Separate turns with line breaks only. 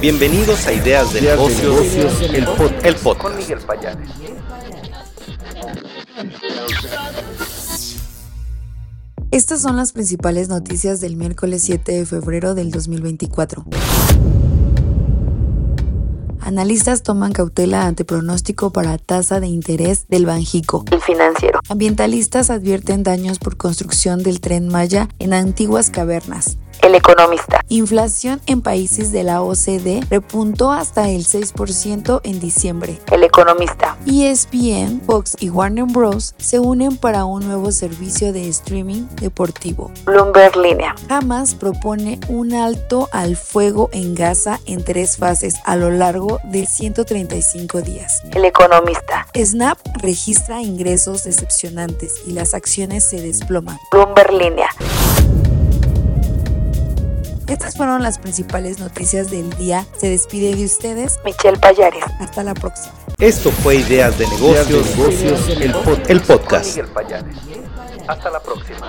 Bienvenidos a Ideas de
Ideas de
Negocios,
Negocios,
el, podcast. el podcast.
Estas son las principales noticias del miércoles 7 de febrero del 2024. Analistas toman cautela ante pronóstico para tasa de interés del Banjico. El financiero. Ambientalistas advierten daños por construcción del tren Maya en antiguas cavernas. El economista. Inflación en países de la OCDE repuntó hasta el 6% en diciembre. E El economista. ESPN, Fox y Warner Bros. se unen para un nuevo servicio de streaming deportivo. Bloomberg Línea. Hamas propone un alto al fuego en Gaza en tres fases a lo largo de 135 días. El economista. Snap registra ingresos decepcionantes y las acciones se desploman. Bloomberg Línea. Estas fueron las principales noticias del día. Se despide de ustedes Michelle Payares. Hasta la próxima.
Esto fue Ideas de
Ideas de
Negocios,
negocios, el podcast.
el podcast.
Miguel Payares. Hasta la próxima.